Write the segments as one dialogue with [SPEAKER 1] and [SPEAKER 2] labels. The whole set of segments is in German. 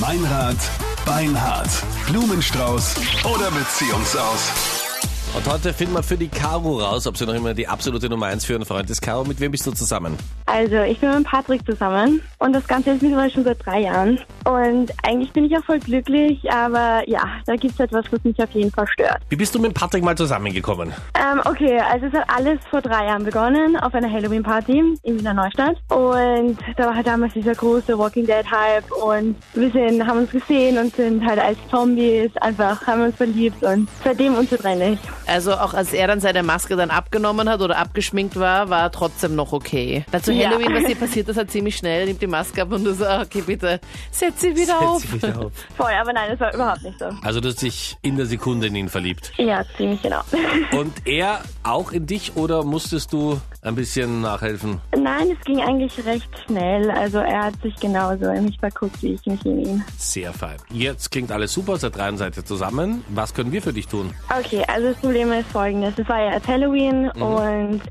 [SPEAKER 1] Meinrad, Beinhard, Blumenstrauß oder Beziehungsaus.
[SPEAKER 2] Und heute finden wir für die Caro raus, ob sie noch immer die absolute Nummer eins für ihren Freund ist. Caro, mit wem bist du zusammen?
[SPEAKER 3] Also, ich bin mit Patrick zusammen und das Ganze ist mittlerweile schon seit drei Jahren. Und eigentlich bin ich auch voll glücklich, aber ja, da gibt es etwas, was mich auf jeden Fall stört.
[SPEAKER 2] Wie bist du mit Patrick mal zusammengekommen?
[SPEAKER 3] Ähm, okay, also es hat alles vor drei Jahren begonnen auf einer Halloween-Party in Wiener Neustadt. Und da war halt damals dieser große Walking Dead-Hype und wir sind, haben uns gesehen und sind halt als Zombies einfach, haben uns verliebt und seitdem unzertrennlich.
[SPEAKER 4] Also auch als er dann seine Maske dann abgenommen hat oder abgeschminkt war, war er trotzdem noch okay. Weil zu
[SPEAKER 3] Ja.
[SPEAKER 4] Halloween, was hier passiert ist, halt ziemlich schnell, er nimmt die Maske ab und du so, ah, okay, bitte, setz sie wieder auf.
[SPEAKER 3] Voll, aber nein, das war überhaupt nicht so.
[SPEAKER 2] Also du hast dich in der Sekunde in ihn verliebt.
[SPEAKER 3] Ja, ziemlich genau.
[SPEAKER 2] Und er auch in dich oder musstest du ein bisschen nachhelfen?
[SPEAKER 3] Nein, es ging eigentlich recht schnell. Also er hat sich genauso in mich verguckt, wie ich mich in ihn.
[SPEAKER 2] Sehr fein. Jetzt klingt alles super, seit drei und Seite zusammen. Was können wir für dich tun?
[SPEAKER 3] Okay, also das Problem ist folgendes. Es war ja erst Halloween und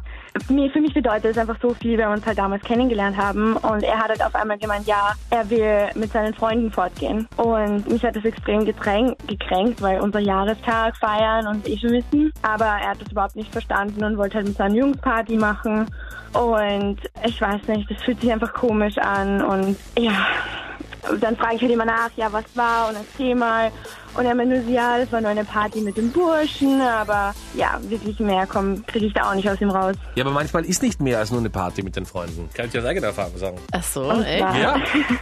[SPEAKER 3] mir, für mich bedeutet es einfach so viel, weil wir uns halt damals kennengelernt haben. Und er hat halt auf einmal gemeint, ja, er will mit seinen Freunden fortgehen. Und mich hat das extrem getränk, gekränkt, weil unser Jahrestag feiern und eh schon wissen. Aber er hat das überhaupt nicht verstanden und wollte halt mit seinen Jungs Party machen. Und ich weiß nicht, das fühlt sich einfach komisch an. Und ja, dann frage ich halt immer nach, ja, was war und erzähl mal. Und er meinte nur, so, ja, das war nur eine Party mit dem Burschen, aber ja, wirklich mehr kommen kriege ich da auch nicht aus ihm raus.
[SPEAKER 2] Ja, aber manchmal ist nicht mehr als nur eine Party mit den Freunden. Kann ich aus eigener Erfahrung sagen.
[SPEAKER 4] Ach so, echt?
[SPEAKER 3] Ja.
[SPEAKER 2] Ja.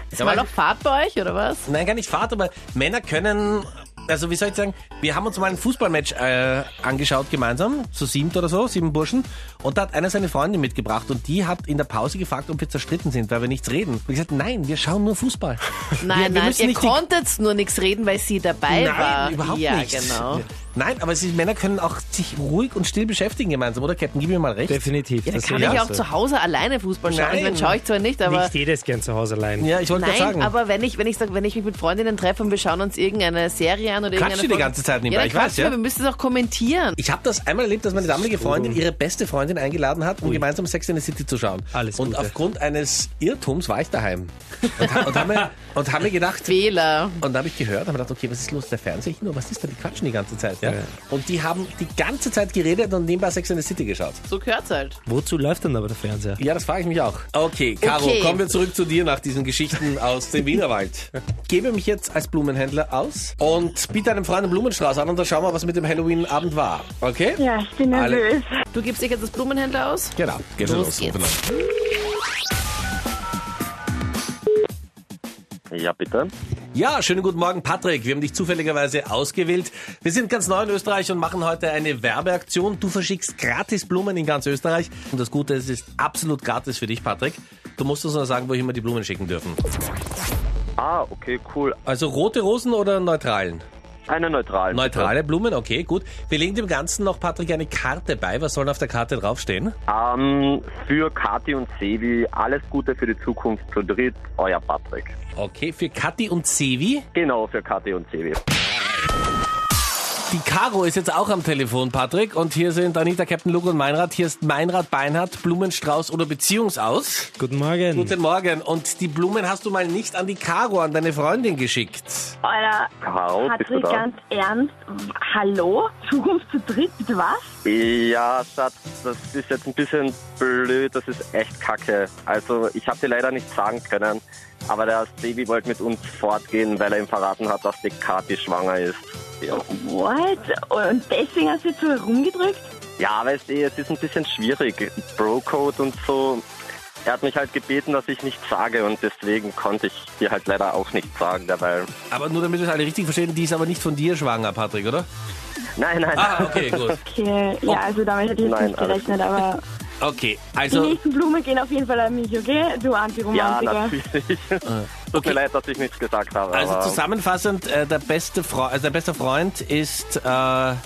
[SPEAKER 4] Ist mal noch Fahrt bei euch, oder was?
[SPEAKER 2] Nein, gar nicht Fahrt, aber Männer können, also wie soll ich sagen, wir haben uns mal ein Fußballmatch äh, angeschaut gemeinsam, zu siebt oder so, sieben Burschen, und da hat einer seine Freundin mitgebracht und die hat in der Pause gefragt, ob wir zerstritten sind, weil wir nichts reden. Und ich gesagt, nein, wir schauen nur Fußball.
[SPEAKER 4] Nein,
[SPEAKER 2] wir, wir
[SPEAKER 4] nein,
[SPEAKER 2] müssen
[SPEAKER 4] ihr
[SPEAKER 2] nicht die-
[SPEAKER 4] konntet nur nichts reden, weil sie dabei
[SPEAKER 2] Nein,
[SPEAKER 4] war.
[SPEAKER 2] überhaupt
[SPEAKER 4] ja,
[SPEAKER 2] nicht.
[SPEAKER 4] genau.
[SPEAKER 2] Nein, aber sie, Männer können auch sich ruhig und still beschäftigen gemeinsam, oder Captain? Gib mir mal recht.
[SPEAKER 5] Definitiv.
[SPEAKER 4] Ja, da
[SPEAKER 5] das
[SPEAKER 4] kann
[SPEAKER 5] sehe
[SPEAKER 4] ich auch
[SPEAKER 5] so.
[SPEAKER 4] zu Hause alleine Fußball schauen. Ich
[SPEAKER 2] Nein.
[SPEAKER 4] meine, schaue ich zwar nicht, aber...
[SPEAKER 5] Nicht jedes gern zu Hause allein.
[SPEAKER 2] Ja, ich wollte gerade
[SPEAKER 4] Nein,
[SPEAKER 2] sagen.
[SPEAKER 4] aber wenn ich, wenn, ich sag, wenn ich mich mit Freundinnen treffe und wir schauen uns irgendeine Serie an oder
[SPEAKER 2] Quatsch
[SPEAKER 4] irgendeine
[SPEAKER 2] die
[SPEAKER 4] Folge-
[SPEAKER 2] ganze Zeit nebenbei,
[SPEAKER 4] ja, dann
[SPEAKER 2] ich weiß,
[SPEAKER 4] quatschen wir,
[SPEAKER 2] ja.
[SPEAKER 4] Wir müssen es auch kommentieren.
[SPEAKER 2] Ich habe das einmal erlebt, dass meine damalige Freundin ihre beste Freundin eingeladen hat, um gemeinsam Sex in the City zu schauen.
[SPEAKER 5] Alles
[SPEAKER 2] und
[SPEAKER 5] Gute.
[SPEAKER 2] aufgrund eines Irrtums war ich daheim. Und, ha- und, haben, wir, und haben wir gedacht,
[SPEAKER 4] Fehler.
[SPEAKER 2] und da habe ich gehört, haben wir gedacht, okay, was ist los? Der Fernseher hin, was ist da? Die quatschen die ganze Zeit. Ja?
[SPEAKER 5] Ja.
[SPEAKER 2] Und die haben die ganze Zeit geredet und nebenbei Sex in the City geschaut.
[SPEAKER 4] So gehört's halt.
[SPEAKER 5] Wozu läuft denn aber der Fernseher?
[SPEAKER 2] Ja, das frage ich mich auch. Okay, Caro,
[SPEAKER 4] Okay.
[SPEAKER 2] kommen wir zurück zu dir nach diesen Geschichten aus dem Wienerwald. Gebe mich jetzt als Blumenhändler aus und biete einem Freund einen Blumenstrauß an und dann schauen wir, was mit dem Halloween-Abend war. Okay?
[SPEAKER 3] Ja, ich bin
[SPEAKER 2] Alle-
[SPEAKER 3] nervös.
[SPEAKER 4] Du gibst dich jetzt als Blumenhändler aus?
[SPEAKER 2] Genau. Geht
[SPEAKER 4] Los geht's.
[SPEAKER 6] Ja, bitte.
[SPEAKER 2] Ja, schönen guten Morgen, Patrick. Wir haben dich zufälligerweise ausgewählt. Wir sind ganz neu in Österreich und machen heute eine Werbeaktion. Du verschickst gratis Blumen in ganz Österreich. Und das Gute ist, es ist absolut gratis für dich, Patrick. Du musst uns nur sagen, wohin wir die Blumen schicken dürfen.
[SPEAKER 6] Ah, okay, cool.
[SPEAKER 2] Also rote Rosen oder neutralen?
[SPEAKER 6] Eine neutrale.
[SPEAKER 2] Neutrale Blumen, okay, gut. Wir legen dem Ganzen noch, Patrick, eine Karte bei. Was soll auf der Karte draufstehen?
[SPEAKER 6] Ähm, für Kati und Sevi alles Gute für die Zukunft. Zu dritt, euer Patrick.
[SPEAKER 2] Okay, für Kathi und Sevi.
[SPEAKER 6] Genau, für Kati und Sevi.
[SPEAKER 2] Die Caro ist jetzt auch am Telefon, Patrick. Und hier sind Anita, Captain Luke und Meinrad. Hier ist Meinrad, Beinhardt, Blumenstrauß oder Beziehungsaus.
[SPEAKER 5] Guten Morgen.
[SPEAKER 2] Guten Morgen. Und die Blumen hast du mal nicht an die Caro, an deine Freundin geschickt.
[SPEAKER 3] Alter,
[SPEAKER 6] Caro, bist du
[SPEAKER 3] Patrick,
[SPEAKER 6] da?
[SPEAKER 3] ganz ernst. Hallo? Zukunft zu dritt, bitte was?
[SPEAKER 6] Ja, Schatz, das ist jetzt ein bisschen blöd. Das ist echt kacke. Also, ich habe dir leider nicht sagen können, aber der Sevi wollte mit uns fortgehen, weil er ihm verraten hat, dass die Kati schwanger ist. Ja.
[SPEAKER 3] What? Und deswegen hast du jetzt so herumgedrückt?
[SPEAKER 6] Ja, weißt du, es ist ein bisschen schwierig. Bro-Code und so. Er hat mich halt gebeten, dass ich nichts sage und deswegen konnte ich dir halt leider auch nichts sagen dabei.
[SPEAKER 2] Aber nur damit wir es alle richtig verstehen, die ist aber nicht von dir schwanger, Patrick, oder?
[SPEAKER 6] Nein, nein.
[SPEAKER 2] Ah, okay, gut.
[SPEAKER 3] Okay, ja, also damit hätte ich jetzt
[SPEAKER 6] Nein,
[SPEAKER 3] nicht
[SPEAKER 6] alles
[SPEAKER 3] gerechnet, aber
[SPEAKER 2] Okay,
[SPEAKER 3] die
[SPEAKER 6] Mhm.
[SPEAKER 2] also,
[SPEAKER 3] nächsten Blumen gehen auf jeden Fall an mich, okay? Du
[SPEAKER 6] Ja,
[SPEAKER 3] Antiromantiker.
[SPEAKER 6] natürlich. Tut
[SPEAKER 2] okay.
[SPEAKER 6] mir leid, dass ich nichts gesagt habe.
[SPEAKER 2] also
[SPEAKER 6] aber
[SPEAKER 2] zusammenfassend, äh, der, beste Fre also der beste Freund ist, äh,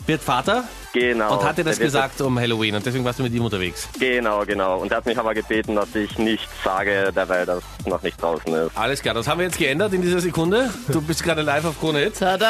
[SPEAKER 2] wird Vater
[SPEAKER 6] genau.
[SPEAKER 2] und hat dir das
[SPEAKER 6] Der wird-
[SPEAKER 2] gesagt um Halloween und deswegen warst du mit ihm unterwegs.
[SPEAKER 6] Genau, genau. Und er hat mich aber gebeten, dass ich nichts sage, dabei das noch nicht draußen ist.
[SPEAKER 2] Alles klar, das haben wir jetzt geändert in dieser Sekunde. Du bist gerade live auf Krone Hit.
[SPEAKER 4] Tada!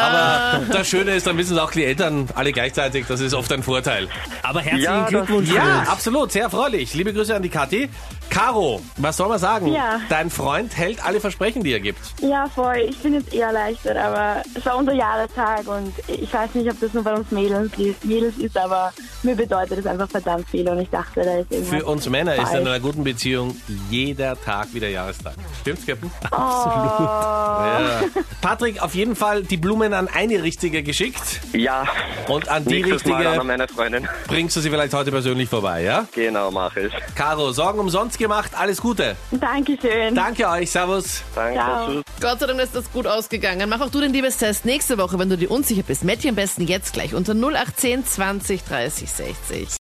[SPEAKER 2] Aber das Schöne ist, dann wissen es auch die Eltern alle gleichzeitig. Das ist oft ein Vorteil.
[SPEAKER 5] Aber herzlichen
[SPEAKER 6] Ja, das-
[SPEAKER 5] Glückwunsch.
[SPEAKER 2] Ja,
[SPEAKER 5] Jungs.
[SPEAKER 2] absolut, sehr erfreulich. Liebe Grüße an die Kathi. Caro, was soll man sagen?
[SPEAKER 3] Ja.
[SPEAKER 2] Dein Freund hält alle Versprechen, die er gibt.
[SPEAKER 3] Ja, voll. Ich bin jetzt eher erleichtert, aber es war unser Jahrestag und ich weiß nicht, ob das nur bei uns Mädels, Mädels ist, aber mir bedeutet es einfach verdammt viel und ich dachte, da ist irgendwas.
[SPEAKER 2] Für uns Männer ist in
[SPEAKER 3] falsch.
[SPEAKER 2] einer guten Beziehung jeder Tag wieder Jahrestag. Stimmt's, Captain?
[SPEAKER 3] Oh,
[SPEAKER 2] Ja. Patrick, auf jeden Fall die Blumen an eine Richtige geschickt
[SPEAKER 6] Ja.
[SPEAKER 2] und an die
[SPEAKER 6] Nächstes Mal dann an
[SPEAKER 2] Richtige
[SPEAKER 6] meine Freundin.
[SPEAKER 2] bringst du sie vielleicht heute persönlich vorbei, ja?
[SPEAKER 6] Genau, mach ich.
[SPEAKER 2] Caro, Sorgen umsonst gemacht, alles Gute.
[SPEAKER 3] Oh, Dankeschön.
[SPEAKER 2] Danke euch, Servus.
[SPEAKER 6] Danke,
[SPEAKER 3] Ciao.
[SPEAKER 6] tschüss.
[SPEAKER 4] Gott sei Dank ist das gut ausgegangen. Mach auch du den Liebestest nächste Woche, wenn du dir unsicher bist. Mädchen am besten jetzt gleich unter 0810 20 30 60.